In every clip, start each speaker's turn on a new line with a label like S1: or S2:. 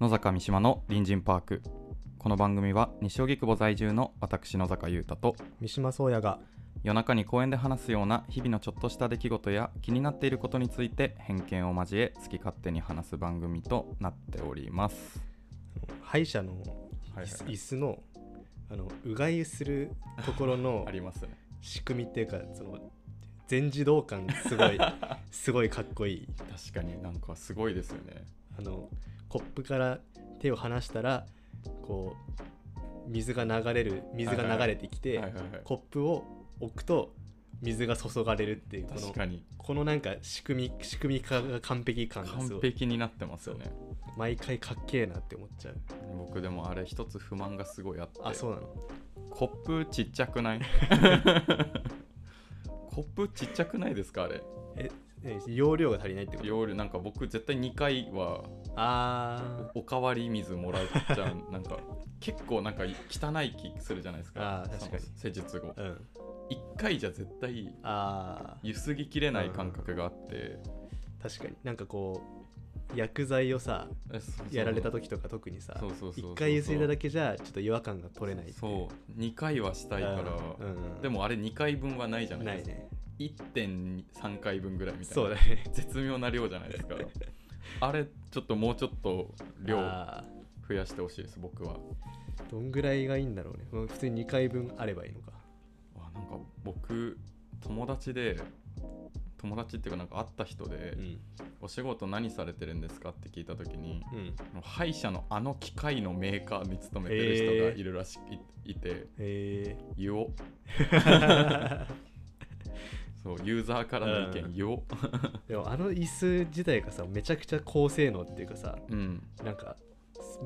S1: 野坂三島の隣人パークこの番組は西荻窪在住の私野坂優太と
S2: 三島宗也が
S1: 夜中に公園で話すような日々のちょっとした出来事や気になっていることについて偏見を交え好き勝手に話す番組となっております
S2: 歯医者の
S1: はいはい
S2: 椅子,、のあのうがいするところの
S1: ありますね
S2: 仕組みっていうかその全自動感がすご いすごいかっこいい
S1: 確かになんかすごいですよね
S2: あのコップから手を離したらこう水が流れる水が流れてきて、
S1: はいはいはい
S2: コップを置くと水が注がれるっていうこ
S1: 確
S2: の
S1: かに
S2: このなんか仕組み仕組み化が完璧感がす
S1: 完
S2: ごい
S1: 璧になってますよね
S2: 毎回かっけえなって思っちゃう
S1: 僕でもあれ一つ不満がすごいあって
S2: あそうなの
S1: コップちっちゃくない コップちっちゃくないですかあれ
S2: ええ容量が足りないってこと
S1: 夜なんか僕絶対2回は
S2: あ
S1: おかわり水もらっちゃうなんか結構なんか汚い気するじゃないですか
S2: あー確かに
S1: その施術後
S2: ーうん
S1: 1回じゃ絶対
S2: あ
S1: ゆすぎきれない感覚があって
S2: ー確かになんかこう薬剤をさ
S1: えそうそう
S2: やられた時とか特にさ
S1: そうそうそうそう
S2: 一回ゆすいだだけじゃちょっと違和感が取れない
S1: そう2回はしたいから
S2: うん
S1: でもあれ2回分はないじゃないで
S2: ない
S1: すか
S2: ね
S1: 1.3回分ぐらいみたいな
S2: そうだ ね
S1: 絶妙な量じゃない ですかあれちょっともうちょっと量
S2: あ
S1: 増やしてほしいです僕は
S2: ーどんぐらいがいいんだろうねもう普通に2回分あればいいのか
S1: わなんか僕友達で友達っていうかなんか会った人で、
S2: うん
S1: お仕事何されてるんですかって聞いた時に
S2: うん
S1: 歯医者のあの機械のメーカーに勤めてる人がいるらしく、いいて
S2: へえ
S1: 言おう そうユーザーからの意
S2: うん
S1: 見言おう、
S2: でもあの椅子自体がさめちゃくちゃ高性能っていうかさ
S1: うん、
S2: なんか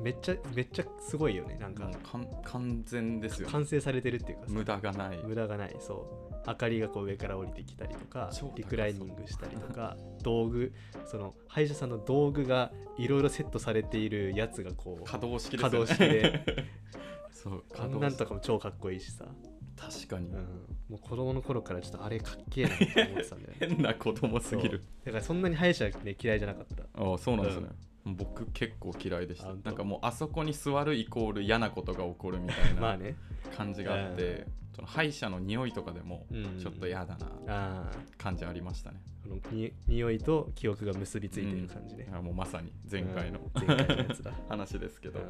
S2: めっちゃめっちゃすごいよねなんか
S1: もうかん完全ですよね
S2: 完成されてるっていうかさ
S1: 無駄がない
S2: 無駄がないそう明かりがこう上から降りてきたりとか
S1: 超高そう
S2: リクライニングしたりとか道具その歯医者さんの道具がいろいろセットされているやつがこう
S1: 可動式ですよね
S2: 可動式 で
S1: そう
S2: あ
S1: 可
S2: ん
S1: 動
S2: なん
S1: 式
S2: とかも超かっこいいしさ、
S1: 確かに、
S2: うん、もう子供の頃からちょっとあれかっけえなって思ってたんだよね
S1: 変な子供 すぎる
S2: そうだからそんなに歯医者ね嫌いじゃなかった
S1: ああそうなんですね、僕結構嫌いでし
S2: あ
S1: た
S2: 本当
S1: なんかもうあそこに座るイコール嫌なことが起こるみたい
S2: まあ
S1: な
S2: ね
S1: 感じがあって、その歯医者の匂いとかでも
S2: うん
S1: ちょっと嫌だな
S2: ああ
S1: 感じありましたね、
S2: このに匂いと記憶が結びついてる感じね、
S1: いやもうまさに前回の、
S2: うん前回のや つだ
S1: 話ですけど、
S2: うん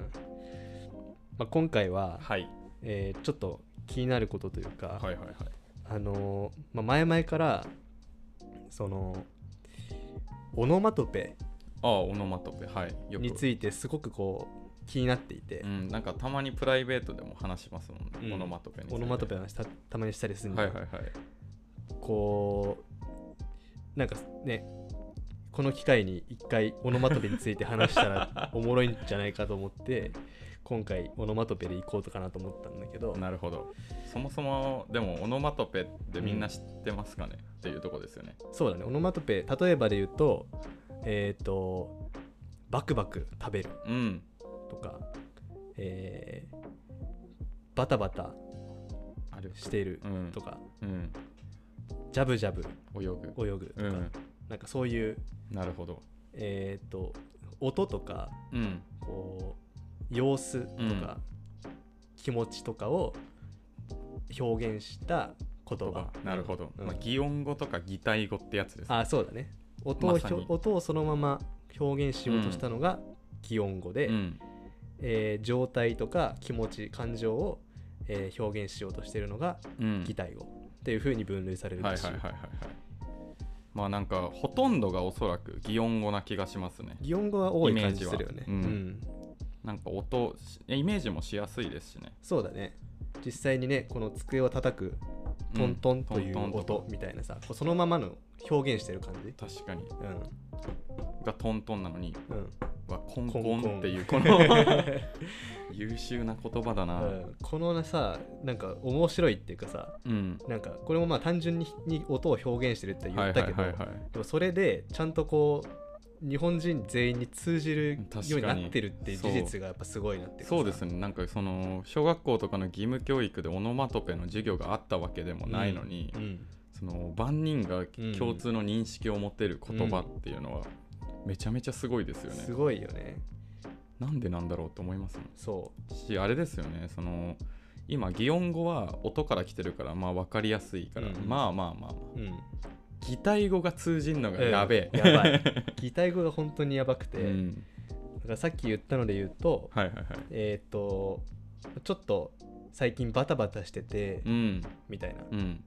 S2: まあ、今回 は、
S1: はい、
S2: えーちょっと気になることというか、
S1: はいはいはい
S2: あのーまあ、前々からそのオノマトペ
S1: ああオノマトペはいよく
S2: についてすごくこう気になっていて
S1: う、ん、なんかたまにプライベートでも話しますもんね、
S2: うん
S1: オノマトペについて
S2: オノマトペの話たたまにしたりするんで、
S1: はいはいはい
S2: こうなんかねこの機会に一回オノマトペについて話し たらおもろいんじゃないかと思って今回オノマトペで行こうとかなと思ったんだけど
S1: なるほどそもそもでもオノマトペってみんな知ってますかね、っていうとこですよね
S2: そうだねオノマトペ例えばで言うとえっ、とバクバク食べる
S1: うん
S2: とか、えーバタバタ
S1: ある
S2: している
S1: うん
S2: とか、
S1: うん
S2: ジャブジャブ
S1: 泳ぐ
S2: 泳ぐとか、
S1: うん
S2: なんかそういう、
S1: なるほど
S2: えー、と音とか
S1: うん
S2: こう様子と
S1: う
S2: か、
S1: ん
S2: 気持ちとかを表現した言
S1: 言
S2: 葉
S1: 葉なるほど、
S2: うん
S1: まあ、擬音語とか擬態語ってやつですね
S2: あそうだね音を,、
S1: まさに
S2: 音をそのまま表現しようとしたのが擬音語で、
S1: うん
S2: えー状態とか気持ち感情を、えー表現しようとしているのが
S1: うん
S2: 擬態語っていうふうに分類される
S1: はいは
S2: ら
S1: い
S2: しい
S1: はいはいはいまあなんかほとんどがおそらく擬音語な気がしますね
S2: 擬音語は多い感じするよ
S1: イメー
S2: ね、
S1: ジはうんなんか音しイメージもしやすいですしね
S2: そうだね実際にねこの机を叩くトントンという
S1: うんトントン
S2: 音みたいなさ、こうそのままの表現してる感じ
S1: とか確かに
S2: う
S1: がトントンなのに
S2: んうん
S1: はコン
S2: コンコ
S1: コ
S2: ン
S1: ン っていうこの優秀な言葉だな
S2: うんこのさなんか面白いっていうかさ
S1: うん
S2: なんかこれもまあ単純にに音を表現してるって
S1: は
S2: 言
S1: い
S2: っ
S1: はい
S2: た
S1: は
S2: け
S1: い
S2: ど、
S1: はい
S2: でもそれでちゃんとこう日本人全員に通じる
S1: 確かに
S2: ようになってるっていう事実がやっぱすごいなっていかさ
S1: そうですねなんかその小学校とかの義務教育でオノマトペの授業があったわけでもないのに、
S2: うん
S1: その万人が共通の認識を持てる言葉っていうのはめちゃめちゃすごいですよね
S2: す。ごいよね
S1: なんでなんだろうと思いますもん
S2: そ
S1: しあれですよねその今擬音語は音から来てるからまあ分かりやすいから、
S2: うんうん
S1: まあまあまあまあ
S2: う、うん、
S1: 擬態語が通じんのがやべえ、
S2: うんや ばい擬態語が本当にやばくて、
S1: うん
S2: だからさっき言ったので言うと、
S1: はいはいはい
S2: えーっとちょっと最近バタバタしてて、
S1: うん
S2: みたいな
S1: うん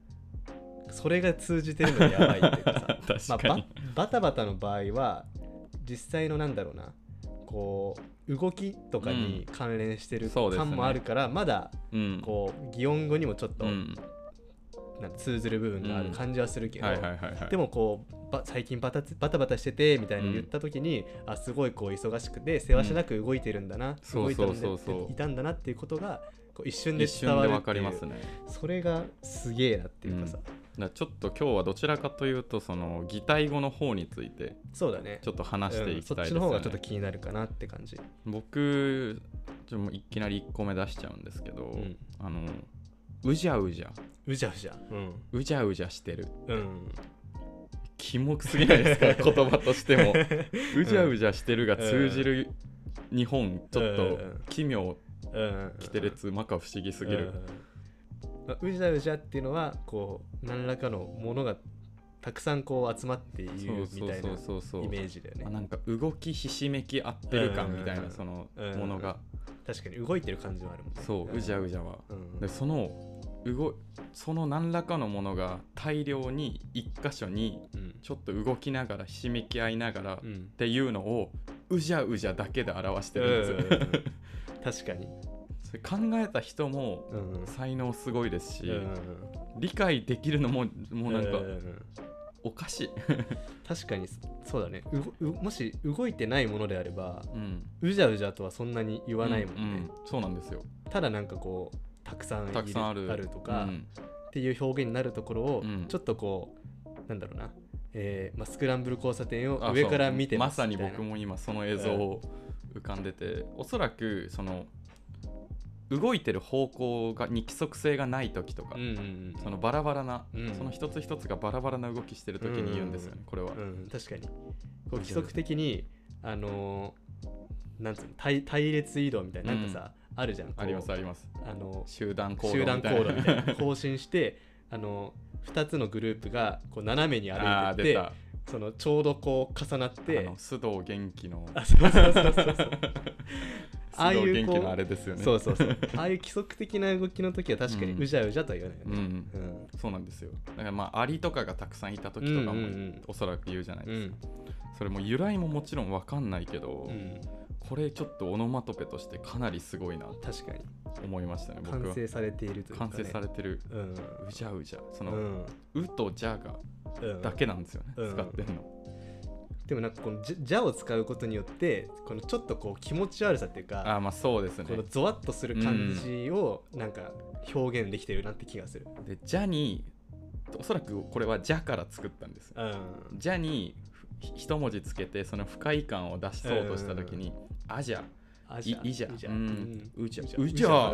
S2: それが通じてるのがやばいっていうかさ
S1: 確
S2: まあ、
S1: か
S2: バ
S1: に、
S2: バタバタの場合は実際のなんだろうなこう動きとかに関連してる
S1: そうですね
S2: 感もあるから、まだ
S1: うん
S2: こう擬音語にもちょっと、
S1: うん
S2: なんか通ずる部分がある感じはするけど、
S1: はいはいはいはい
S2: でもこうば最近バタつバタバタしててみたいに言った時に、あすごいこう忙しくて世話しなく動いてるんだな、
S1: そう
S2: 動いたんで
S1: そうそうそう
S2: いたんだなっていうことがこう一瞬で
S1: 一
S2: 伝
S1: 瞬
S2: わ
S1: で
S2: るっ
S1: 分
S2: て
S1: か
S2: い
S1: り
S2: う
S1: ますね
S2: それがすげえなっていうかさ、
S1: だからちょっと今日はどちらかというとその擬態語の方について
S2: そうだね
S1: ちょっと話していきた
S2: うん
S1: いです
S2: そっち
S1: よ
S2: の
S1: ね、
S2: 方がちょっと気になるかなって感じ、
S1: 僕ちょっともういきなり1個目出しちゃうんですけど、
S2: うん
S1: あのうじゃうじゃ
S2: うじゃうじゃうん
S1: うじゃうじゃしてる
S2: うん
S1: キモくすぎないですか 言葉としてもうじゃうじゃしてるが通じる日本ちょっと奇妙
S2: うん
S1: きてれつまか不思議すぎる、
S2: うんうじゃうじゃっていうのはこう何らかのものがたくさんこう集まっている
S1: そう
S2: みた
S1: そう
S2: いな
S1: そうそうそう
S2: イメージだよ
S1: あ
S2: ね
S1: なんか動きひしめき合ってる感みたい
S2: うんうんう
S1: なんそのものが
S2: 確かに動いてる感じはあるもんね
S1: そううじゃう
S2: じ
S1: じゃは
S2: ゃ、うん
S1: でその動その何らかのものが大量に一箇所に
S2: うん
S1: ちょっと動きながらひしめき合いながらっ
S2: うん
S1: ていうのをうじゃうじゃだけで表してるんですよ、
S2: うんうんうん確かに、
S1: それ考えた人も
S2: うんうん
S1: 才能すごいですし、
S2: うん
S1: 理解できるのももうなんか
S2: うんうん
S1: おかしい、
S2: 確かにそそうだねうごうもし動いてないものであれば
S1: うん、
S2: うじゃうじゃとはそんなに言わないもんね、
S1: ううんそうなんですよ
S2: ただなんかこうたくさんいる
S1: たくさんある
S2: とか、
S1: うん
S2: っていう表現になるところを、
S1: うん
S2: ちょっとこうなんだろうな、えーまあ、スクランブル交差点を
S1: あ
S2: 上から見
S1: そ
S2: て
S1: うま
S2: ます
S1: さに
S2: みたいな
S1: 僕も今その映像を浮かんでて、おそらくその動いてる方向がに規則性がない時とか、
S2: うんうん
S1: そのバラバラな、
S2: うん
S1: その一つ一つがバラバラな動きしてる時に言うんですよね、これは、
S2: うん、うん、確かにこう規則的にあのーなんつうの隊隊列移動みたいななんかさ、あるじゃんこう
S1: ありますあります
S2: あの
S1: 集団行動
S2: 集団
S1: みたい
S2: 行動みたい
S1: な
S2: な更新して あの2つのグループがこう斜めに
S1: あー
S2: 歩いて
S1: 出
S2: て
S1: た
S2: そのちょうどこう重なって
S1: あの須藤元気の
S2: あ そうそうそうそうそうああい
S1: 須
S2: う
S1: 藤元気
S2: こう
S1: のあれですよね
S2: そうそうそう。ああいう規則的な動きの時は確かに
S1: うん
S2: うじゃうじゃとは言わないよ
S1: うんう
S2: ね。
S1: ん
S2: うん。
S1: そうなんですよだからまあアリとかがたくさんいた時とかも、
S2: うんうんうん
S1: おそらく言うじゃないで
S2: う
S1: すか、
S2: ん。
S1: それも由来ももちろんわかんないけど、
S2: うん
S1: これちょっとオノマトペとしてかなりすごいなと
S2: 確かに。
S1: 思いましたね僕は
S2: 完成されているというか、ね。
S1: 完成されてる
S2: うん。。
S1: うじゃうじゃそうの、うんとじゃが
S2: うん。
S1: だけなんですよね、
S2: うん
S1: 使ってんの、
S2: でもなんかこのじゃじゃを使うことによってこのちょっとこう気持ち悪さっていう
S1: あ
S2: か。
S1: あまあそうですね
S2: このゾワッとする感じをなんか表現できてるなって気がする。
S1: でじゃにおそらくこれはじゃから作ったんですよ
S2: うん。
S1: じゃにひ一文字つけてその不快感を出そうとした時に、あじゃ
S2: あ
S1: いいじゃ
S2: いじゃ。
S1: う
S2: うん
S1: ん。うじゃ
S2: う
S1: う
S2: じ
S1: じ
S2: ゃ
S1: ゃ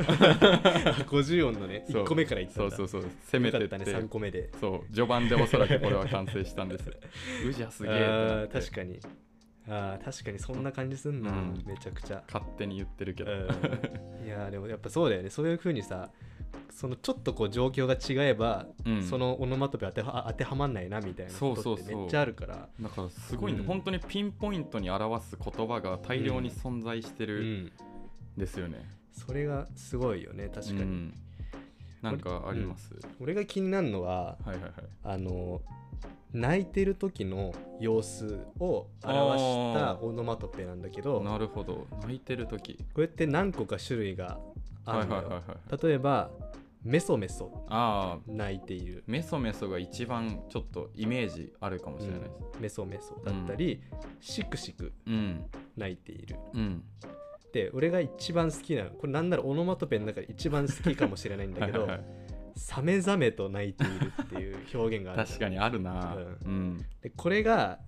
S2: 50音のね、
S1: そう
S2: 1個目から言った
S1: そ
S2: ん
S1: う
S2: だ。
S1: そううそう攻めてっ
S2: った
S1: て、
S2: ね、3個目で。
S1: そう序盤でおそらくこれは完成したん ですうじゃすげえってな
S2: あ
S1: っ
S2: ー
S1: て
S2: 確かにあー確かにそんな感じすんな、
S1: うん
S2: めちゃくちゃ、
S1: 勝手に言ってるけど、
S2: うんいやーでもやっぱそうだよねそういう風にさそのちょっとこう状況が違えば、
S1: うん
S2: そのオノマトペ当ては当てはまんないなみたいなこ
S1: そ
S2: と
S1: うそ
S2: っ
S1: う
S2: て
S1: そう
S2: めっちゃあるから
S1: だからすごいね、
S2: うん
S1: 本当にピンポイントに表す言葉が大量に存在して
S2: う
S1: るん
S2: ん
S1: ですよね、
S2: それがすごいよね確かに、
S1: うんなんかあります、
S2: 俺が気になるの
S1: は
S2: は
S1: いはいはい
S2: あの泣いてる時の様子を表したオノマトペなんだけど
S1: なるほど泣いてる時
S2: これって何個か種類があ
S1: は
S2: る
S1: い
S2: の
S1: は
S2: よ、
S1: いはいはい
S2: 例えばメソメソ
S1: ああ
S2: 泣いている、
S1: メソメソが一番ちょっとイメージあるかもしれないです
S2: メソメソだったり、シクシク
S1: うん
S2: 泣いている
S1: うん
S2: で俺が一番好きなのこれなんならオノマトペの中で一番好きかもしれないんだけど
S1: はいはい
S2: サメザメと泣いているっていう表現があ
S1: はい
S2: る
S1: 確か
S2: に
S1: にあるなうん
S2: でこれが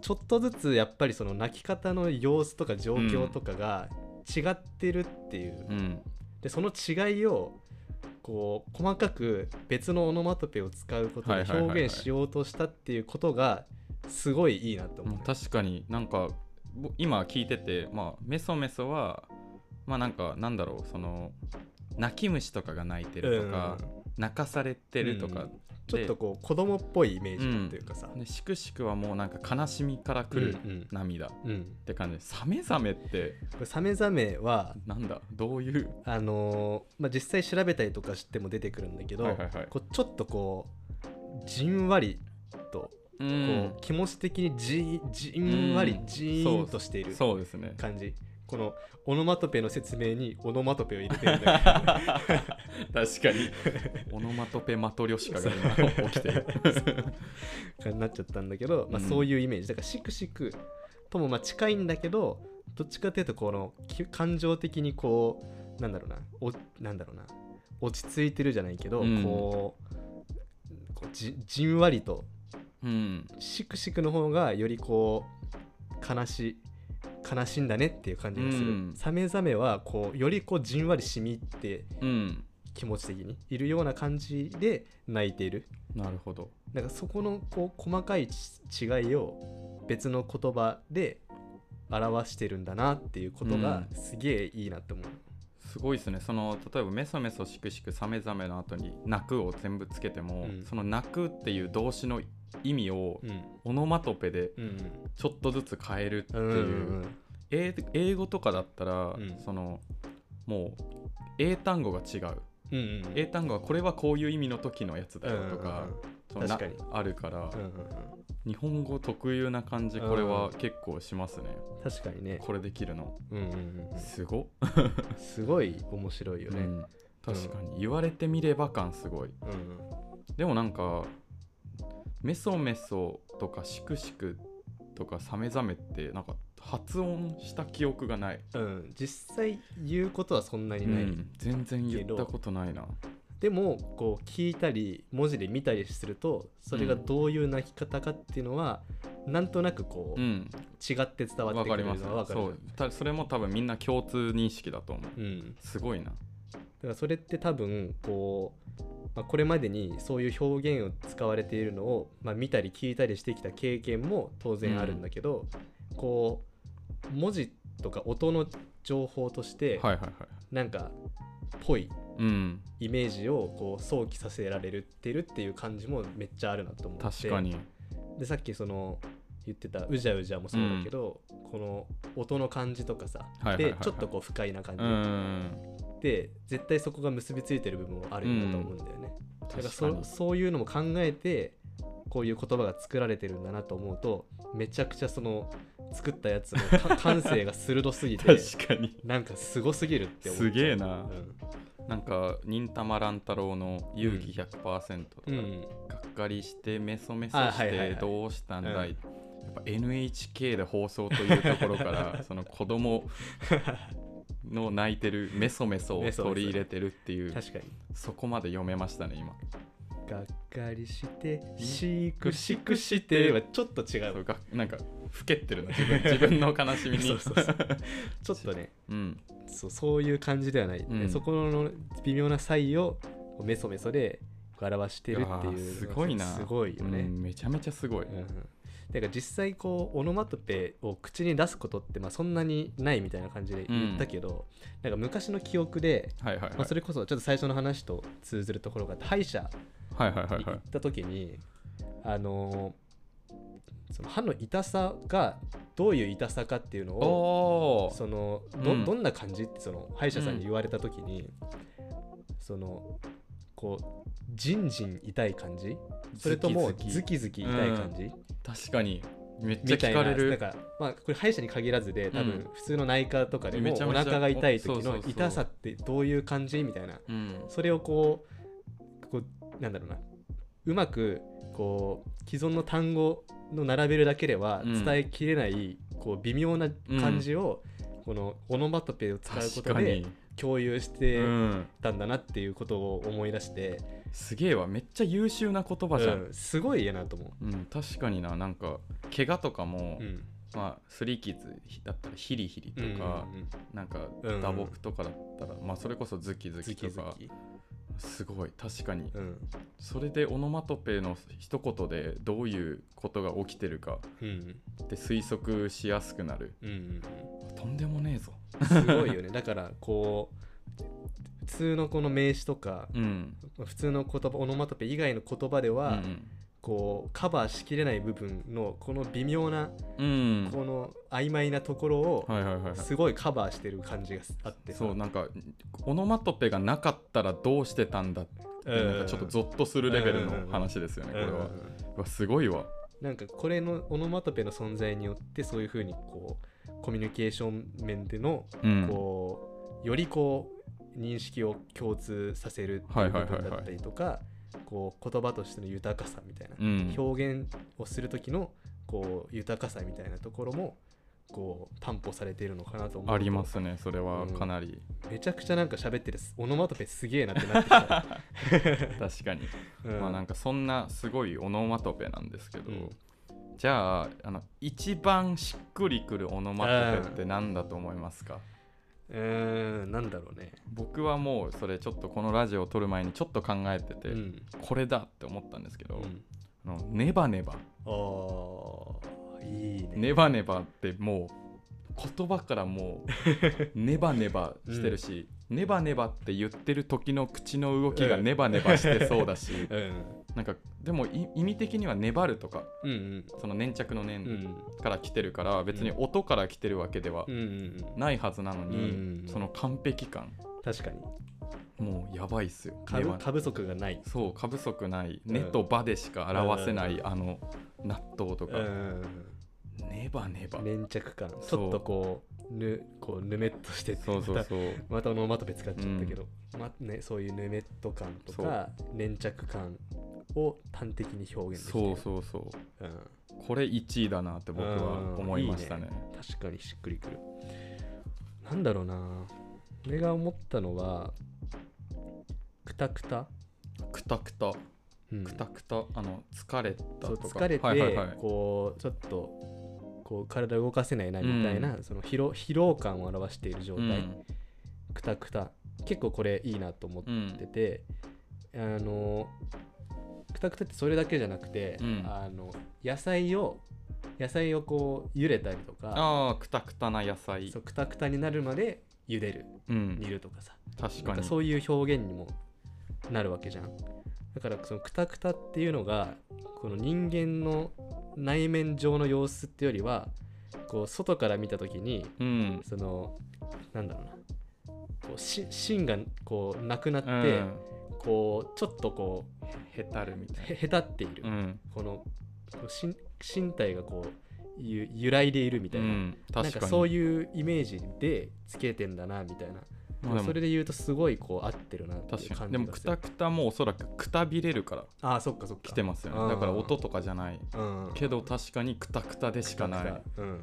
S2: ちょっとずつやっぱりその泣き方の様子とか状況とかが違ってるっていう、
S1: うん
S2: でその違いをこう細かく別のオノマトペを使うこと
S1: は
S2: で
S1: いはいはいはい
S2: 表現しようとしたっていうことがすごいいいなと思う
S1: も
S2: ね、
S1: う確かになんかぼ今聞いてて、まあ、メソメソはまあなんかなんだろうその泣き虫とかが泣いてるとか、泣かされてるとか、
S2: うんちょっとこう子供っぽいイメージというかさ、
S1: でしくしくはもうなんか悲しみから来る
S2: うんうん
S1: 涙っ
S2: うん、
S1: て感じでサメザメって
S2: これサメザメは
S1: なんだどういう
S2: あのーまあ、実際調べたりとかしても出てくるんだけど、
S1: はいはいはい
S2: こうちょっとこうじんわり
S1: う
S2: とこう、
S1: ん
S2: 気持ち的にじじんわり
S1: うん
S2: じーんとしている
S1: そうですね
S2: 感じ、このオノマトペの説明にオノマトペを入れてるんだけど
S1: 確か にオノマトペマトリョシカが今起きてる
S2: 感じになっちゃったんだけど、まあ、
S1: うん
S2: そういうイメージだからシクシクともまあ近いんだけどどっちかというとこのき感情的にこうなんだろうなおなんだろうな落ち着いてるじゃないけど、
S1: うん
S2: こうこうじじんわりと
S1: うん
S2: シクシクの方がよりこう悲しい悲しいんだねっていう感じがする、
S1: うん
S2: サメザメはこうよりこうじんわりしみって
S1: うん
S2: 気持ち的にいるような感じで泣いている
S1: なるほど
S2: なんかそこのこう細かいち違いを別の言葉で表してるんだなっていうことが
S1: う
S2: すげえいいなって思う、
S1: すごいですねその例えば「メソメソしくしくさめざめ」の後に「泣く」を全部つけても、
S2: うん
S1: その「泣く」っていう動詞の意味を
S2: うん
S1: オノマトペで
S2: うん
S1: ちょっとずつ変えるっていうう、
S2: んうん
S1: 英英語とかだったら、
S2: うん
S1: そのもう英単語が違う
S2: うんうん
S1: 英単語はこれはこういう意味の時のやつだよとか、そのな
S2: 確か
S1: あるから、
S2: うんうんうんうんうん
S1: 日本語特有な感じこれは結構しますね、
S2: 確かにね、
S1: これできるの
S2: うんうんうんうん
S1: すごっ、
S2: すごい面白いよね、
S1: うん確かに言われてみれば感すごい
S2: うん
S1: でもなんかメソメソとかシクシクとかサメザメってなんか発音した記憶がない、
S2: うん、実際言うことはそんなにない、
S1: うん全然言ったことないな
S2: でもこう聞いたり文字で見たりするとそれがどういう泣き方かっていうのは、なんとなくこう、
S1: うん
S2: 違って伝わっ
S1: わ
S2: てく
S1: かり
S2: る
S1: ます
S2: のは分かる
S1: そうたそれも多分みんな共通認識だと思う
S2: うん、だ
S1: すごいな
S2: からそれって多分こう、まあ、これまでにそういう表現を使われているのを、まあ、見たり聞いたりしてきた経験も当然あるんだけど、こう文字とか音の情報として、
S1: はいはいはい
S2: なんかぽい
S1: うん
S2: イメージをこう想起させられるってるっていう感じもめっちゃあるなと思って
S1: 確かに
S2: でさっきその言ってた「うじゃうじゃ」もそうだけど、この音の感じとかさ、
S1: はいはいはいはい
S2: でちょっとこう不快な感
S1: う
S2: じ、
S1: ん
S2: で絶対そこが結びついてる部分もあるんだと思うんだよね、だから
S1: 確か
S2: そ
S1: に
S2: そういうのも考えてこういう言葉が作られてるんだなと思うとめちゃくちゃその作ったやつのか感性が鋭すぎて
S1: 確かに
S2: なんかすごすぎるって思っちゃう
S1: すげえな
S2: うん
S1: なんか忍たま乱太郎の「勇気100%」とか、
S2: うん
S1: がっかりしてメソメソ
S2: あ
S1: し
S2: はいはいは
S1: て
S2: い
S1: どうしたんだい、
S2: うん
S1: やっぱ NHK で放送というところからその子供の泣いてるメソメソを
S2: メソメソ
S1: 取り入れてるっていう
S2: 確かに
S1: そこまで読めましたね今
S2: がっかりしてしくしくしてはちょっと違
S1: そう
S2: う
S1: がなんか老けってるな自分自分の悲しみに
S2: そうそうそうちょっとね
S1: うん
S2: そうそういう感じではない、
S1: うん
S2: そこの微妙な差異をこうメソメソで表してるってい
S1: やー
S2: う
S1: すごいな
S2: すごいよね、
S1: うんめちゃめちゃすごい、
S2: うんだから実際こうオノマトペを口に出すことってまあそんなにないみたいな感じで言ったけど、なんか昔の記憶で、
S1: はいはいはい、
S2: まあ、それこそちょっと最初の話と通ずるところがあって歯医者
S1: はいはいは
S2: に
S1: い
S2: 行
S1: は
S2: っ
S1: い
S2: た時に、あのーその歯の痛さがどういう痛さかっていうの
S1: お
S2: を
S1: お
S2: そのど,、
S1: うん
S2: ん、どんな感じってその歯医者さんに言われた時に、そのこうじんじん痛い感じそれともズキズキ痛い感じ、
S1: 確かにめっちゃ
S2: みた
S1: 聞
S2: い
S1: か
S2: な
S1: れ
S2: な
S1: る
S2: んかまあこれ歯医者に限らずで多
S1: うん
S2: 分普通の内科とかでも
S1: めちゃ
S2: お
S1: めちゃ
S2: 腹が痛い
S1: お
S2: 時
S1: そう
S2: の
S1: そうそう
S2: 痛さってどういう感じみたいな
S1: うん
S2: それをこうこうなんだろうなうまくこう既存の単語の並べるだけでは
S1: うん
S2: 伝えきれないこう微妙な感じをこのオノマトペを使うこ
S1: 確
S2: と
S1: か
S2: で
S1: に、
S2: 共有し
S1: う
S2: て
S1: ん、
S2: たんだなっていうことを思い出して、
S1: すげえわめっちゃ優秀な言葉じゃん、
S2: うんすごい嫌なと思
S1: うん確かにななんか怪我とかも、
S2: う。うん
S1: まあスリーキッズだったらヒリヒリとか、
S2: うんうんうん
S1: なんか
S2: うん
S1: 打撲とかだったら、まあそれこそズキズ
S2: ズ
S1: キ
S2: キ
S1: と
S2: ズ
S1: か
S2: キ
S1: すごい確かに
S2: うん
S1: それでオノマトペの一言でどういうことが起きてるか
S2: うん
S1: って推測しやすくなる
S2: うんうん
S1: とんでもねえぞ
S2: うんすごいよねだからこう普通のこの名詞とか
S1: うん
S2: 普通の言葉オノマトペ以外の言葉では、こうカバーしきれない部分のこの微妙な、
S1: うんうん、うん
S2: この曖昧なところを
S1: はいはいはいはい
S2: すごいカバーしてる感じがあって
S1: そうなんかオノマトペがなかったらどうしてたんだって
S2: うん
S1: なんかちょっとゾッとするレベルの話ですよねこ
S2: う
S1: れ
S2: ん
S1: はうわすごいわ
S2: なんかこれのオノマトペの存在によってそういうふうにこうコミュニケーション面での
S1: うん
S2: こうよりこう認識を共通させるって
S1: はいいうはい
S2: 部
S1: はいはい
S2: 分だったりとかこう言葉としての豊かさみたいな
S1: うん
S2: 表現をする時のこう豊かさみたいなところもこう担保されているのかなと思うと
S1: ありますねそれはかなり、
S2: めちゃくちゃなんか喋ってるオノマトペすげえなってなっ てきた、
S1: 確かに、
S2: うん
S1: まあなんかそんなすごいオノマトペなんですけど、
S2: うん
S1: じゃああの一番しっくりくるオノマトペって何だと思いますか
S2: うーんなんだろうね
S1: 僕はもうそれちょっとこのラジオを撮る前にちょっと考えてて、
S2: うん
S1: これだって思ったんですけど、
S2: うん
S1: あのネバネバ
S2: あーいいね
S1: ネバネバってもう言葉からもう ネバネバしてるし、ネバネバって言ってる時の口の動きが
S2: うん
S1: ネバネバしてそうだ し、
S2: うん
S1: なんかでもい意味的には粘るとか
S2: うん
S1: その粘着の
S2: うん
S1: 粘
S2: うん
S1: から来てるから、別に音から来てるわけでは
S2: うんうん
S1: ないはずなのに、
S2: うん
S1: その完璧感
S2: 確かに
S1: もうやばいっすよ。
S2: 過
S1: ネ
S2: 不
S1: バ
S2: 過不足がない
S1: そう過不足ない「
S2: うん
S1: ね」と「ば」でしか表せない、
S2: うん
S1: あの納豆とか、
S2: うん
S1: ネバネバ
S2: 粘着感ち
S1: そう
S2: ょっとこうぬこうぬめっとしてて
S1: そうそう
S2: また
S1: そう
S2: またオノマトペ使っちゃったけど、まね、そういうぬめっと感とか粘着感を端的に表現できて
S1: そ
S2: る
S1: うそうそう
S2: うん、
S1: これ1位だなって僕は思いましたね
S2: 確かにしっくりくるなんだろうな俺が思ったのはくたくた、
S1: くたくた
S2: うん
S1: くたくたあの疲れた
S2: そう
S1: とか
S2: 疲れて、
S1: はいはいはい
S2: こうちょっとこう体動かせないなみたいな、その疲労疲労感を表している状
S1: う
S2: 態、
S1: ん
S2: くたくた結構これいいなと思っ
S1: うん
S2: てて、あのくたくたってそれだけじゃなくて、
S1: うん
S2: あの野菜を野菜をこう茹でたりとか
S1: ああくたくたな野菜
S2: そうくたくたになるまで茹でる
S1: うん
S2: 煮るとかさ
S1: 確
S2: な
S1: か
S2: ん
S1: に
S2: かそういう表現にもなるわけじゃんだからそのクタクタっていうのがこの人間の内面上の様子ってよりはこう外から見た時に
S1: うん
S2: そのなんだろうなこうし芯がこうなくなって、
S1: うん
S2: こうちょっとこ
S1: へたるみ
S2: う
S1: たい
S2: へへたっている、
S1: なうん
S2: このこう身身体がこうゆ揺らいでいるみた
S1: う
S2: いな,、
S1: ん
S2: な
S1: 確
S2: ん
S1: か
S2: か
S1: に
S2: そういうイメージでつけてんだなみたいな
S1: まあでも
S2: それで言うとすごいこう合ってるなっていう感
S1: 確
S2: じ
S1: か
S2: が
S1: にでもく
S2: する
S1: たくたもおそらくくたびれるから
S2: ああそっかそっか
S1: 来てますよ
S2: う
S1: ね
S2: ん
S1: だから音とかじゃない
S2: うん
S1: けど確かにくたくたでしかない
S2: うん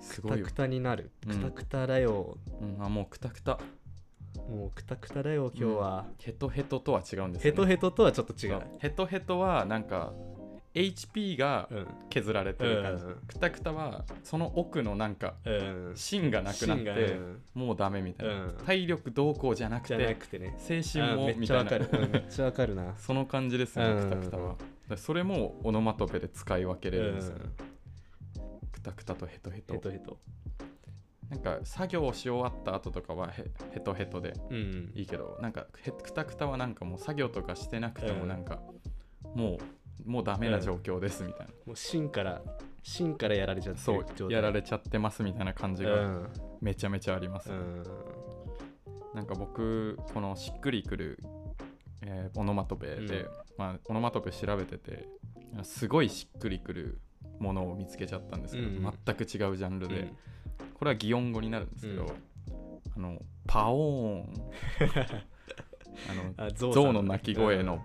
S1: す
S2: く
S1: ご
S2: た
S1: いよ
S2: くたになる
S1: うん
S2: くたくただよ、
S1: うんあもうくたくた
S2: もうくたくただよ今日は、
S1: ヘトヘトとは違うんです
S2: ヘト
S1: よね
S2: ヘトとはちょっと違
S1: そううヘトヘトはなんか HP が
S2: うん
S1: 削られてる感じ、
S2: うん
S1: くたくたはその奥のなんか
S2: うん
S1: 芯がなくなって
S2: 芯がうん
S1: もうダメみたいな、
S2: うん
S1: 体力どうこうじゃなく
S2: じゃな
S1: て
S2: くてね
S1: 精神
S2: あ
S1: も
S2: ーめっ
S1: み
S2: ちゃ
S1: たい
S2: わか
S1: な
S2: るうんめっちゃわかるな
S1: その感じですよ
S2: う
S1: ね
S2: ん
S1: くたくたはだからそれもオノマトペで使い分け
S2: う
S1: れるんですよね
S2: ん
S1: くたくたとヘトヘト
S2: ヘトヘト
S1: なんか作業し終わった後とかはヘヘトヘトで
S2: うん
S1: いいけどなんかへくたくたはなんかもう作業とかしてなくても
S2: うん
S1: なんか、もうもうダメな状況ですみたいな、
S2: もう芯から芯からやられちゃってる
S1: そうやられちゃってますみたいな感じが
S2: うん
S1: めちゃめちゃあります、
S2: うん
S1: なんか僕このしっくりくる、えーオノマトペで、
S2: うん
S1: まあ、オノマトペ調べててすごいしっくりくるものを見つけちゃったんですけど、
S2: うんうん
S1: 全く違うジャンルで、
S2: うん
S1: これは擬音語になるんですけど、
S2: うん
S1: あのパオー ンあ
S2: あゾ
S1: の
S2: ウさん
S1: 象の鳴き声の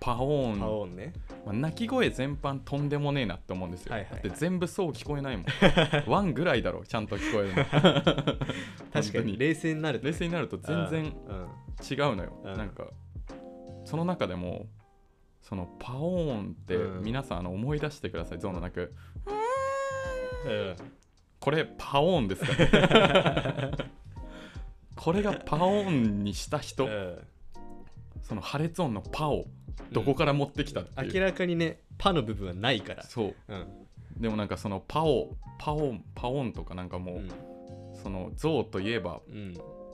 S1: パオーン
S2: パオーンね
S1: まあ、鳴き声全般とんでもねえなって思うんですよ、
S2: はいはいはい
S1: だって全部そう聞こえないも んワンぐらいだろちゃんと聞こえるの
S2: 確か
S1: 本当
S2: に
S1: に
S2: 冷静になるとね
S1: 冷静になると全然
S2: うん
S1: 違うのよ、
S2: うん
S1: なんかその中でもそのパオーンって
S2: うん
S1: 皆さんあの思い出してください、ゾウの鳴く
S2: うん
S1: これパオーンですからね これがパオーンにした人、
S2: うん
S1: その破裂音の「パ」をどこから持ってきたっていう、
S2: 明らかにねパの部分はないから
S1: そう
S2: うん
S1: でもなんかそのパオパオンパオンとかなんかもう、
S2: うん
S1: そのゾウといえば
S2: うん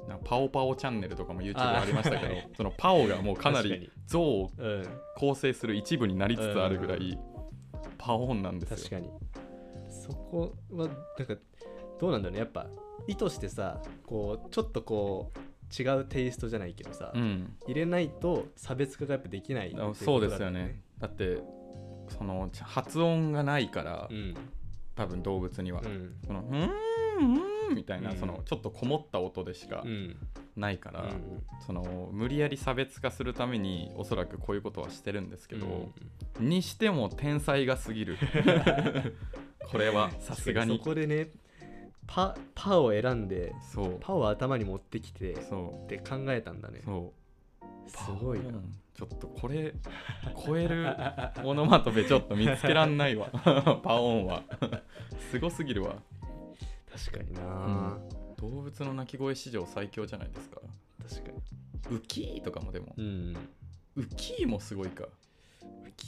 S1: なんかパオパオチャンネルとかも YouTube
S2: あー
S1: ありましたけど
S2: はい
S1: そのパオがもうかなり
S2: 確
S1: ゾウを
S2: かにうん
S1: 構成する一部になりつつあるぐらいパオンなんです
S2: 確
S1: よ
S2: かにそこはなんかどうなんだろうねやっぱ意図してさこうちょっとこう違うテイストじゃないけどさ、
S1: うん
S2: 入れないと差別化がやっぱできないってい
S1: あ
S2: こ
S1: そう
S2: と
S1: ですよ
S2: だ
S1: ねだってそのち発音がないから、
S2: うん
S1: 多分動物には、
S2: うん
S1: そのうーんうーんみたいな、
S2: うん
S1: そのちょっとこもった音でしか
S2: うん
S1: ないから、
S2: うん
S1: その無理やり差別化するためにおそらくこういうことはしてるんですけど、
S2: うん
S1: にしても天才が過ぎ るこれはさすがに
S2: そこでねパパを選んで
S1: そう
S2: パを頭に持ってきてっ
S1: そ
S2: て考えたんだね
S1: うそう
S2: すごい
S1: う
S2: な
S1: んちょっとこれ超えるオノマトペちょっと見つけらんない わパオンはすごすぎるわ
S2: 確かにな、
S1: 動物の鳴き声史上最強じゃないですか
S2: 確か
S1: ウキーとかもでも
S2: にうん
S1: ウキーもすごいか
S2: ウキ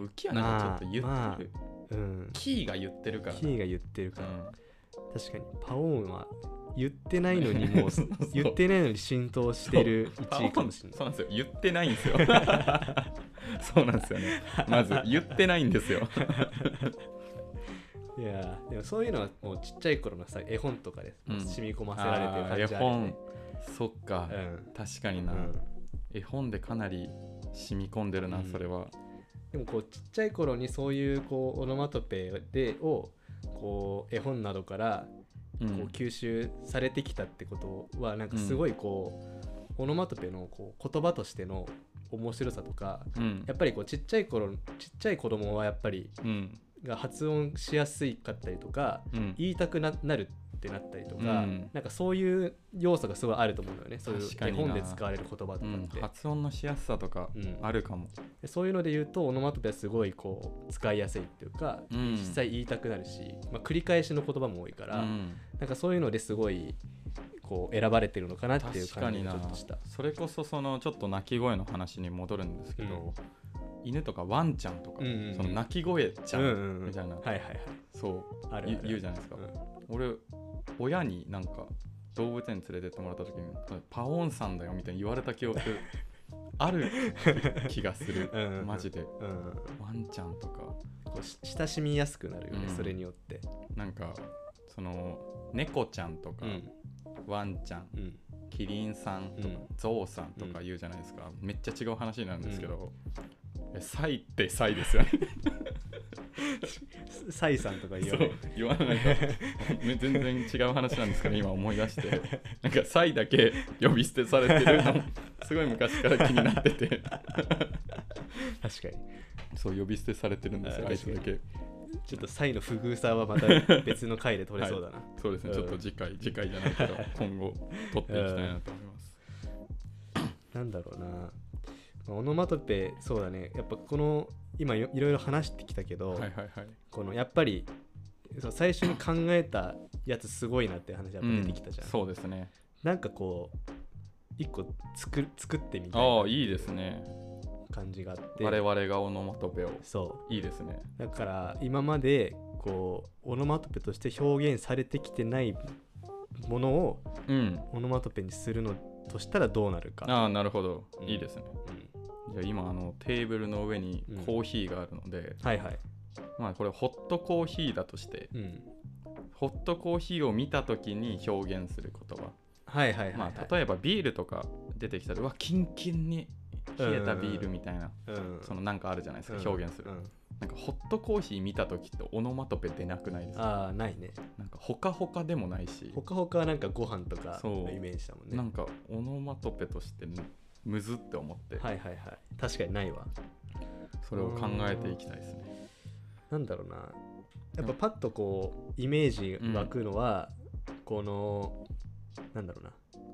S1: ウキーはなんかちょっと言ってる、
S2: まあまうん
S1: キーが言ってるから
S2: キーが言ってるから、
S1: うん
S2: 確かにパオーンは言ってないのにもう
S1: そう
S2: 言ってないのに浸透してる
S1: パ
S2: 1
S1: オン
S2: 位かもしれない
S1: そうなんですよ言ってないん ですよそうなんですよねまず言ってないんですよ
S2: いやーでもそういうのはもうちっちゃい頃のさ絵本とかで
S1: うん
S2: 染み込ませられてる感じあるよ
S1: あー絵
S2: ね
S1: 本そっか、
S2: うん
S1: 確かにな、
S2: うん
S1: 絵本でかなり染み込んでるな、
S2: うん
S1: それは
S2: でもこうちっちゃい頃にそういうこうオノマトペでをこう絵本などから
S1: う
S2: こうん吸収されてきたってことはなんかすごいこう、オノマトペのこう言葉としての面白さとか
S1: うん
S2: やっぱりこうちっちゃい頃ちっちゃい子供はやっぱり
S1: うん
S2: が発音しやすいかったりとか
S1: うん
S2: 言いたくななるってなったりとか、
S1: うん
S2: なんかそういう要素がすごいあると思うんだよねそういう
S1: 確か
S2: 絵
S1: にな
S2: 本で使われる言葉とかって、
S1: うん発音のしやすさとか
S2: うん
S1: あるかも、
S2: でそういうので言うとオノマトペはすごいこう使いやすいっていうか、
S1: うん
S2: 実際言いたくなるし、まあ、繰り返しの言葉も多いか
S1: う
S2: ら、
S1: ん、
S2: なんかそういうのですごいこう選ばれてるのかなっていう
S1: 確か
S2: 感じ
S1: に
S2: がち
S1: な
S2: ょっとした。
S1: それこそそのちょっと鳴き声の話に戻るんですけど、犬とかワンちゃんとか、
S2: うんうんうん
S1: その鳴き声ちゃ
S2: うんんうん
S1: みたいな、
S2: はいはいはい。
S1: そう
S2: あるあ
S1: 言
S2: る
S1: う言うじゃないですか、俺親になんか動物園連れてってもらった時にパオンさんだよみたいに言われた記 憶ある気がする
S2: うんうんうん
S1: マジで
S2: うんうん
S1: ワンちゃんとか
S2: こうし親しみやすくなるよね、
S1: うん
S2: それによって。
S1: なんかその猫ちゃんとか、
S2: うん
S1: ワンちゃん
S2: うん
S1: キリンさんとか、
S2: うん
S1: ゾウさんとか言うじゃないですか、めっちゃ違う話になるんですけど、えサイってサイですよね
S2: サイさんと か言
S1: そう
S2: よね
S1: 言わないか全然違う話なん ですけど今思い出してなんかサイだけ呼び捨てされてる のすごい昔から気になってて
S2: 確かに
S1: そう呼び捨てされてるんですよ
S2: あ
S1: あいつだけ
S2: ちょっとサイの不遇さはまた別の回で取れそう だな、
S1: そうですね、
S2: うん
S1: ちょっと次回次回じゃない けど今後撮っていきたいなと思います、
S2: なんだろうなまあオノマトペそうだねやっぱこの今よいろいろ話してきたけど、
S1: はいはいはい
S2: このやっぱりそう最初に考えたやつすごいなって話やっぱ出てきたじゃん、
S1: うんそうですね
S2: なんかこう一個作る作ってみたい
S1: ああいいですね
S2: な感じがあって
S1: 我々がオノマトペを
S2: そ
S1: いいですね
S2: うだから今までこうオノマトペとして表現されてきてないものを
S1: うん
S2: オノマトペにするのとしたらどうなるか、
S1: ああなるほど、
S2: うん
S1: いいですね
S2: うん
S1: じゃあ今あのテーブルの上に
S2: うん
S1: コーヒーがあるので、
S2: はいはい、
S1: まあこれホットコーヒーだとして
S2: うん、
S1: ホットコーヒーを見た時に表現する言葉、
S2: はいはいはい、は
S1: ま
S2: い
S1: あ、例えばビールとか出てきたらうわキンキンに冷えたビールみたいな、
S2: うん、
S1: そのなんかあるじゃないですか、
S2: うん
S1: 表現する、
S2: うん
S1: なんかホットコーヒー見た時ってオノマトペ出なくないですか
S2: ああないね
S1: なんかほかほかでもないし、
S2: ほかほかはなんかご飯とか
S1: そう
S2: のイメージだもんね
S1: なんかオノマトペとしてむずって思って、
S2: はいはいはい確かにないわ
S1: それを考えていきたいですね
S2: なんだろうなやっぱパッとこうイメージ湧くのは、このなんだろうな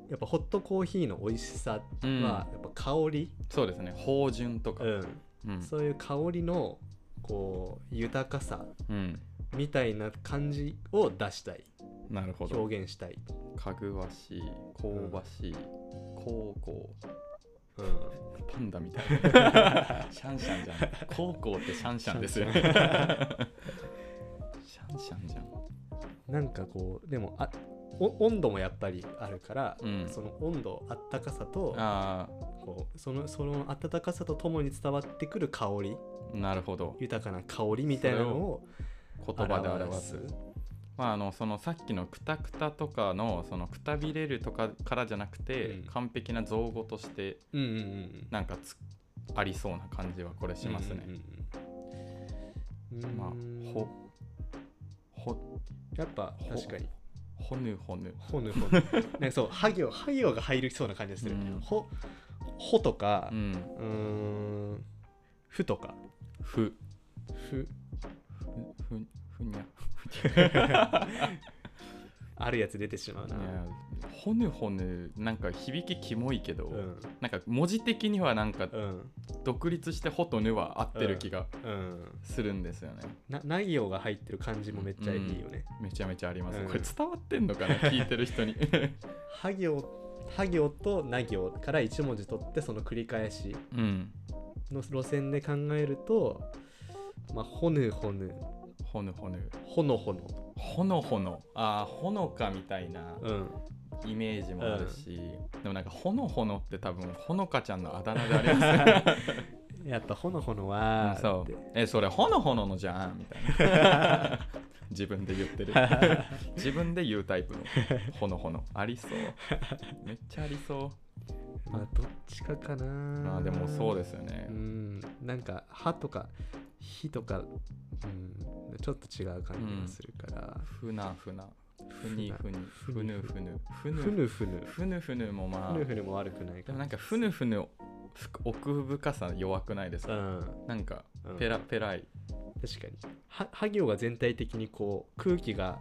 S2: やっぱホットコーヒーの美味しさは
S1: うん
S2: やっぱ香り、
S1: そうですね芳醇とか
S2: うん
S1: うん
S2: そういう香りのこう豊かさ
S1: うん
S2: みたいな感じを出したい
S1: なるほど
S2: 表現したい、
S1: かぐわしい香ばしい、こうこう
S2: う
S1: な
S2: ん
S1: んだみ たいなシャンシャンじゃん高校ってシャンシャンですよシ
S2: シャ
S1: ャ
S2: ン
S1: ンシャンじゃん
S2: なんかこうでもあお温度もやっぱりあるから、
S1: うん
S2: その温度あったかさと
S1: あ
S2: こうそのその温かさとともに伝わってくる香り
S1: あなるほど
S2: 豊かな香りみたいなのを
S1: 言葉で表すまああのそのさっきのくたくたとかのそのくたびれるとかからじゃなくて、
S2: うん
S1: 完璧な造語として
S2: うんうんうん
S1: なんかつありそうな感じはこれしますね、
S2: うんうんうん
S1: まあ
S2: うん
S1: ほほ
S2: やっぱ
S1: ほ
S2: 確かに
S1: ほぬほぬ
S2: ほぬほぬ なんかそうは行は行が入りそうな感じがする、
S1: うん
S2: ほほとか
S1: うん
S2: うーんふとか
S1: ふ
S2: ふ
S1: ふふふにゃ
S2: あるやつ出てしまうない
S1: やほぬほぬなんか響きキモいけど、
S2: うん
S1: なんか文字的にはなんか
S2: うん
S1: 独立してほとぬは合ってる気が
S2: うん
S1: するんですよね、
S2: なな行が入ってる感じもめっちゃいいよね、
S1: めちゃめちゃあります、
S2: うん
S1: これ伝わってんのか な聞いてる人に
S2: は行は行とな行から一文字取ってその繰り返し
S1: うん
S2: の路線で考えるとまあほぬほぬ
S1: ほぬほぬ
S2: ほのほの
S1: ほのほのあーほのかみたいな
S2: うん
S1: イメージもあるし、でもなんかほのほのって多分ほのかちゃんのあだ名でありますね
S2: やっぱほのほの
S1: うん
S2: は
S1: そ
S2: って
S1: うえそれほのほののじゃんみたいな 自分で言って る自分で言うタイプのほのほのありそうめっちゃありそ
S2: まあどっちかかな
S1: うまあでもそうで
S2: す
S1: すよね
S2: うんなんか歯とか火とかうんちょっと違う感じがするから、
S1: ふなふなふにふに
S2: ふ
S1: ふ
S2: に
S1: ぬふぬふ
S2: ふ
S1: ぬ
S2: ぬふぬ
S1: ふぬふぬもま
S2: ふぬ
S1: あ
S2: ふぬも悪くない
S1: で
S2: か
S1: も
S2: ら
S1: なんかふぬふぬふ奥深さ弱くないですか
S2: うん
S1: なんか
S2: うん
S1: ペラペラい
S2: 確かにはは行が全体的にこう空気が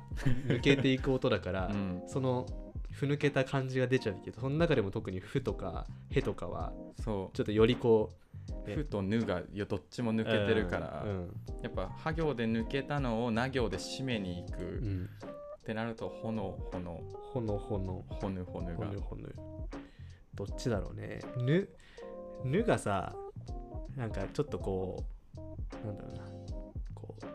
S2: 抜けていく音だ から、
S1: うん
S2: そのふぬけた感じが出ちゃうけどその中でも特に「ふ」とか「へ」とかは
S1: そう
S2: ちょっとよりこうね
S1: ふとぬがよどっちも抜けてるから、
S2: うん
S1: やっぱは行で抜けたのをな行で締めに行く、
S2: う
S1: っ
S2: ん
S1: てなるとほのほの
S2: ほのほの
S1: ほぬほぬ
S2: ほ
S1: が
S2: ぬほぬどっちだろうねぬぬがさなんかちょっとこうなんだろうなこう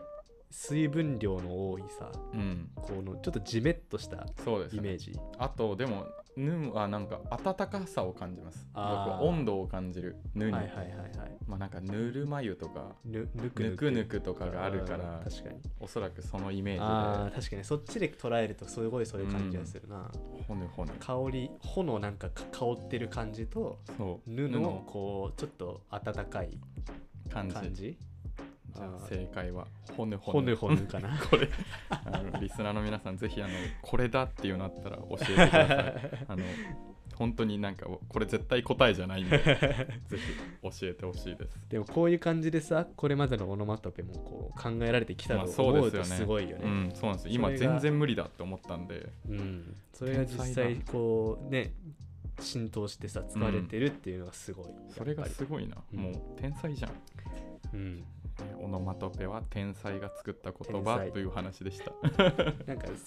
S2: 水分量の多いさ
S1: うん
S2: このちょっとジメッとした
S1: そうです
S2: イメ
S1: ね
S2: ージ、
S1: あとでもぬはなんか温かさを感じます僕
S2: あー
S1: は温度を感じるぬに、
S2: はいはいはいはい
S1: まあなんかぬるま湯とか
S2: ぬぬく
S1: ぬくぬくとかがあるから
S2: うん確かに
S1: おそらくそのイメー
S2: あー確かにそっちで捉えるとすごいそういう感じがするな、
S1: ジでほぬほぬ
S2: 香りほのなんかか香ってる感じと
S1: そう
S2: ぬのこうちょっと温かい
S1: 感じ
S2: 感じ
S1: じゃあ
S2: あー
S1: 正解はほぬほ
S2: ほ
S1: ぬ
S2: ぬほぬかな
S1: これあのリスナーの皆さんぜひあのこれだっていうのあったら教えてくださ いあの本当になんかこれ絶対答えじゃないんでぜひ教えてほしいです
S2: でもこういう感じでさこれまでのオノマトペもこう考えられてきた
S1: まあ
S2: と
S1: そう
S2: 思
S1: ですよ
S2: うと
S1: ね
S2: すごいよ
S1: う
S2: ね。
S1: んそうなんです
S2: それ
S1: 今
S2: が
S1: 全然無理だって思ったんで
S2: うんそれが実
S1: 天才
S2: 際こうね浸透してさ使われてるっていうのがすごい。
S1: それが
S2: やっぱ
S1: すごいな
S2: うん
S1: もう天才じゃん
S2: りうん、
S1: オノマトペは天才が作った言葉
S2: 天才
S1: という話でした
S2: なんか好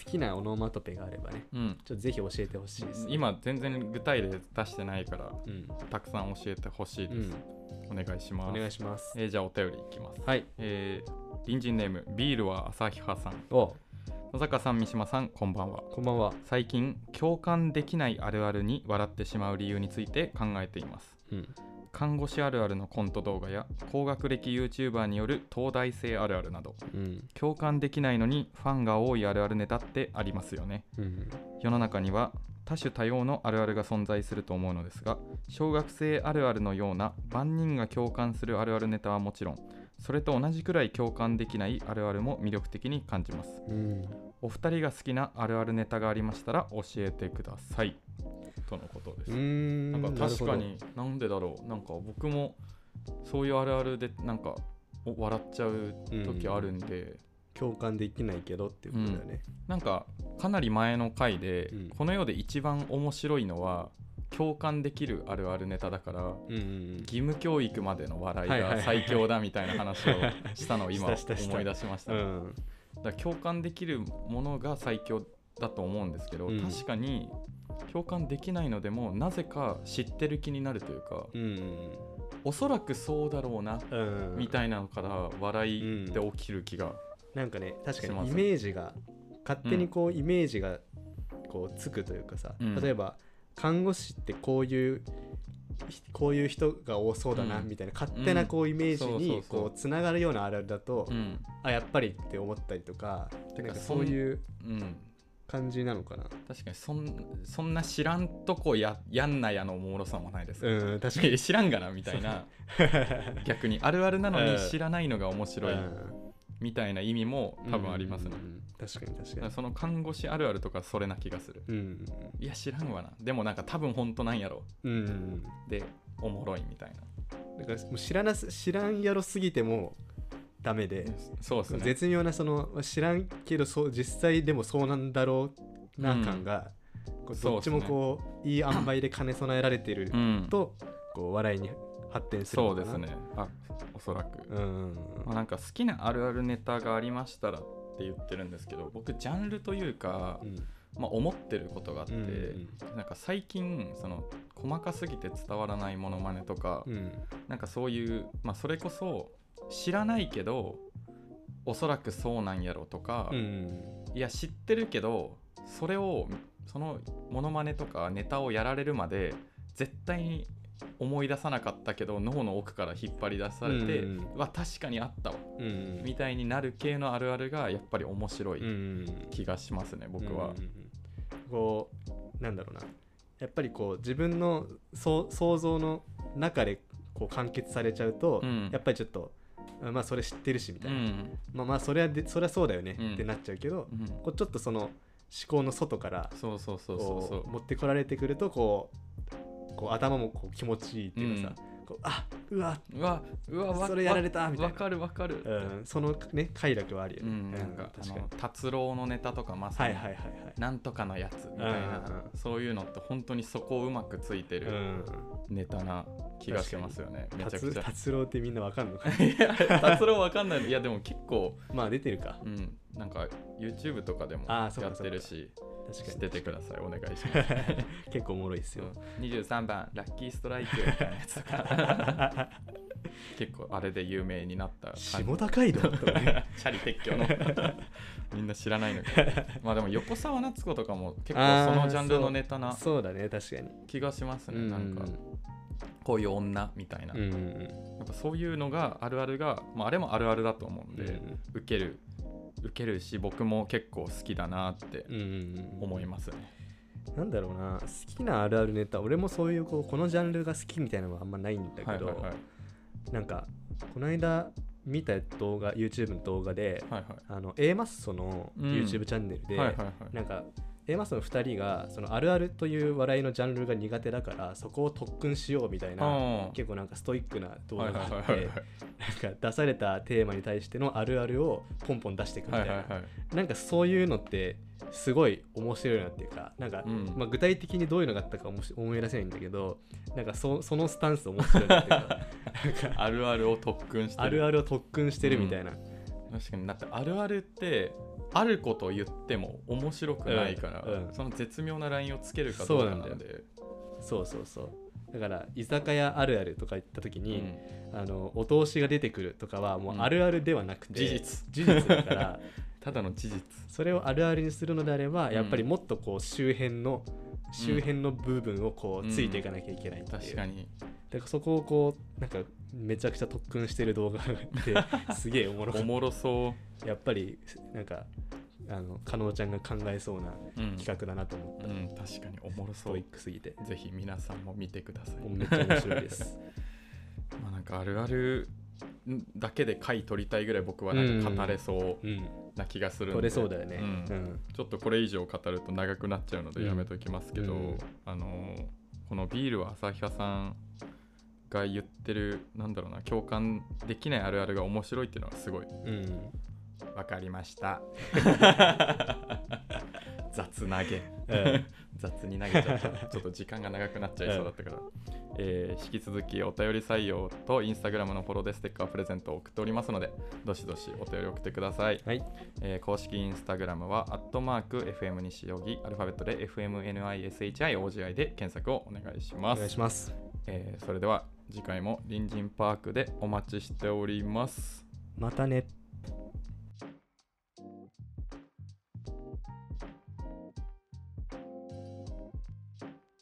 S2: きなオノマトペがあればね
S1: うん
S2: ちょっとぜひ教えてほしいです、ね。
S1: 今全然具体例出してないから
S2: うん、
S1: たくさん教えてほしいで
S2: う
S1: す、
S2: ん、
S1: お願いし
S2: お
S1: ます
S2: 願いします。
S1: えーじゃあお便りいきます
S2: はい。
S1: えー隣人ネームビールは朝日派さん
S2: お
S1: 野坂さん三島さんこんばんは
S2: こんばんは。
S1: 最近共感できないあるあるに笑ってしまう理由について考えています
S2: うん。
S1: 看護師あるあるのコント動画や高学歴 YouTuber による東大生あるあるなど
S2: うん。
S1: 共感できないのにファンが多いあるあるネタってありますよね
S2: うん。
S1: 世の中には多種多様のあるあるが存在すると思うのですが小学生あるあるのような万人が共感するあるあるネタはもちろんそれと同じくらい共感できないあるあるも魅力的に感じます
S2: うん。
S1: お二人が好きなあるあるネタがありましたら教えてくださいとのことです、
S2: ん
S1: なんか確か。になんでだろうなんか僕もそういうあるあるでなんかお笑っちゃう時あるんで、
S2: 共感できないけどっていうことだよね。
S1: なんかかなり前の回で、
S2: うん
S1: この世で一番面白いのは共感できるあるあるネタだから
S2: うん。うん
S1: 義務教育までの笑い
S2: はいはいはい
S1: が
S2: はい
S1: 最強だみたいな話をしたのを今
S2: したしたした
S1: 思い出しました
S2: う
S1: だか
S2: ん。
S1: ら共感できるものが最強だと思うんですけど、
S2: うん
S1: 確かに共感できないのでもなぜか知ってる気になるというか
S2: うん。
S1: おそらくそうだろうな
S2: うん、
S1: みたいなのから笑いって起きる気が、
S2: なんかね確
S1: し
S2: か
S1: ま
S2: に
S1: す
S2: イメージが勝手にこうイメージがこうつくというかさ、
S1: うん
S2: 例えば看護師ってこういうこういう人が多そうだな
S1: うん
S2: みたいな、勝手なこうイメージ
S1: そう
S2: に
S1: そうそう
S2: こうつながるようなあるあるだと、
S1: うん
S2: あやっぱりって思ったりとか
S1: てか
S2: なんか
S1: そ
S2: そ
S1: ん
S2: ういう
S1: うん、
S2: 感じなのかな
S1: 確かにそんそんな知らんとこややんなやのおもろさもないです、
S2: うん確か
S1: い
S2: に
S1: や知らんがなみたいな逆にあるあるなのに知らないのが面白い
S2: うん
S1: みたいな意味も多分ありますね、
S2: うん確かに確
S1: だ
S2: か
S1: から
S2: に
S1: その看護師あるあるとかそれな気がする
S2: うん
S1: いや知らんわなでもなんか多分本当なんやろ
S2: うん
S1: でおもろいみたいな
S2: だからもう知らなす知らんやろすぎてもダメで、
S1: そうですね
S2: 絶妙なその知らんけどそう実際でもそうなんだろうな
S1: うん
S2: 感が、こう
S1: そう
S2: ど
S1: っ
S2: っ
S1: す
S2: ち
S1: ね
S2: もこういい塩梅で兼ね備えられている
S1: うん
S2: と、こう笑いに発展する
S1: そ
S2: の
S1: う
S2: か
S1: で
S2: な
S1: すねあおそらく、
S2: うんうん
S1: まあ、なんか好きなあるあるネタがありましたらって言ってるんですけど僕ジャンルというか、
S2: うん
S1: まあ、思ってることがあって、
S2: うん
S1: なんか最近その細かすぎて伝わらないモノマネとか、
S2: うんうん
S1: なんかそういう、まあ、それこそ知らないけどおそらくそうなんやろとか、
S2: うん
S1: いや知ってるけどそれをそのモノマネとかネタをやられるまで絶対に思い出さなかったけど脳の奥から引っ張り出されて、
S2: う
S1: うんわ確かにあったわ
S2: うん
S1: みたいになる系のあるあるがやっぱり面白
S2: うんう
S1: い
S2: ん
S1: 気がしますね、僕
S2: う
S1: は
S2: んう。んうんこうなんだろうなやっぱりこう自分のそう想像の中でこう完結されちゃうと、
S1: うん
S2: やっぱりちょっとあまあそれ知ってるしみ
S1: う
S2: たいな、
S1: ん
S2: まあまあそれはでそれはそうだよね
S1: うん
S2: ってなっちゃうけど、
S1: うん
S2: こうちょっとその思考の外から
S1: そうそうそうそうそ
S2: こう
S1: う
S2: 持ってこられてくるとこうこう頭もこう気持ちいいっていうかさ、こうあうわ、
S1: うわうわわ
S2: それやられたみたいな
S1: わかるわかる
S2: う、ん、そのね快楽はあるよ
S1: う
S2: ね、
S1: ん、なんか
S2: 確
S1: あ
S2: かに
S1: の達郎のネタとかまさ
S2: はい
S1: に
S2: はいはいはい
S1: なんとかのやつみたいな、
S2: う
S1: そういうのって本当にそこをうまくついて
S2: う
S1: る
S2: ん
S1: ネタな気がしますよね、めちゃく
S2: 達
S1: ちゃ
S2: 達郎ってみんなわかんのか
S1: いや達郎わかんないいやでも結構、
S2: まあ出てるか
S1: うん、なんか YouTube とかでもや
S2: あーそっか
S1: ってるし
S2: 確か
S1: 知
S2: に
S1: っててくださいお願いします
S2: 結構おもろいです
S1: う
S2: よ、
S1: ん23番ラッキーストライクみたいなやつとか結構あれで有名になった感じ
S2: 下高いどとか ね
S1: チャリ撤去 のみんな知らないのかまあでも横澤夏子とかも結構そのジャンルのネタな
S2: そうだね確かに、
S1: 気がします
S2: う
S1: ねなんかこういう女みたいな、
S2: うんうん
S1: やっぱそういうのがあるあるが、まあ、あれもあるあるだと思うん
S2: う
S1: で、
S2: ん
S1: 受ける受けるし僕も結構好きだなって
S2: うんうん
S1: 思いますね、
S2: なんだろうな好きなあるあるネタ俺もそういうこうこのジャンルが好きみたいなのはあんまないんだ
S1: は
S2: け
S1: い
S2: ど、
S1: はいはい
S2: なんかこの間見た動画 YouTube の動画で
S1: はい
S2: あの A マッソの
S1: うん
S2: YouTube チャンネルで、
S1: はいはいはい
S2: なんか A マッソの2人がそのあるあるという笑いのジャンルが苦手だからそこを特訓しようみたいな
S1: あ
S2: 結構なんかストイックな動
S1: ーは
S2: 画
S1: い
S2: が
S1: はい
S2: あ
S1: は
S2: っ
S1: いはい
S2: てなんか出されたテーマに対してのあるあるをポンポン出していくみた
S1: はいい
S2: な、
S1: はいはい
S2: なんかそういうのってすごい面白いなっていうかなんか、
S1: うん
S2: まあ、具体的にどういうのがあったか思い思い出せないんだけどなんかそそのスタンス面白いなって いうかなんか
S1: あるあるを特訓して
S2: あるあるを特訓してるみたいな、
S1: 確かにだってあるあるってあることを言っても面白くないから、
S2: うんうん
S1: その絶妙なラインをつけるかどうかなん
S2: そうなん
S1: で
S2: そうそうそうだから居酒屋あるあるとか言った時に、あのお通しが出てくるとかはもう
S1: うん
S2: あるあるではなく
S1: うん
S2: て、
S1: 事実
S2: 事実だから
S1: ただの事実
S2: それをあるあるにするのであれば、
S1: うん
S2: やっぱりもっとこう周辺の周辺の部分をこ
S1: う
S2: うんついていかなきゃいけないっていう、
S1: 確かに
S2: だからそこをこうなんかめちゃくちゃ特訓してる動画があ ってすげえおもろか
S1: お
S2: っ
S1: もろそ
S2: たやっぱりなんかあの加納ちゃんが考えそうな
S1: う、うん
S2: 企画だなと思った、
S1: うん、確かにおもろ
S2: ス
S1: そ
S2: ト
S1: う
S2: イックすぎて
S1: ぜひ皆さんも見てください、
S2: めっちゃ面白いです
S1: まあ、なんかあるあるだけで回取りたいぐらい僕はなんか語れそう
S2: うん
S1: な気がするんで、
S2: 取れそうだよね
S1: うん
S2: うん
S1: ちょっとこれ以上語ると長くなっちゃうのでやめときますけど、
S2: うんうん
S1: あのーこのビールは朝日派さんが言ってるなんだろうな共感できないあるあるが面白いっていうのはすごい
S2: うん
S1: わかりました 雑投げ
S2: うん
S1: 雑に投げちゃったちょっと時間が長くなっちゃいそうだったから、えー引き続きお便り採用とインスタグラムのフォローでステッカープレゼントを送っておりますのでどしどしお便り送ってください
S2: はい
S1: えー公式インスタグラムは、アットマーク FM 西荻、アルファベットで FMNISHIOGI で検索をお願いし
S2: お
S1: ます。
S2: 願いします
S1: えーそれでは、次回も隣人パークでお待ちしております。
S2: またね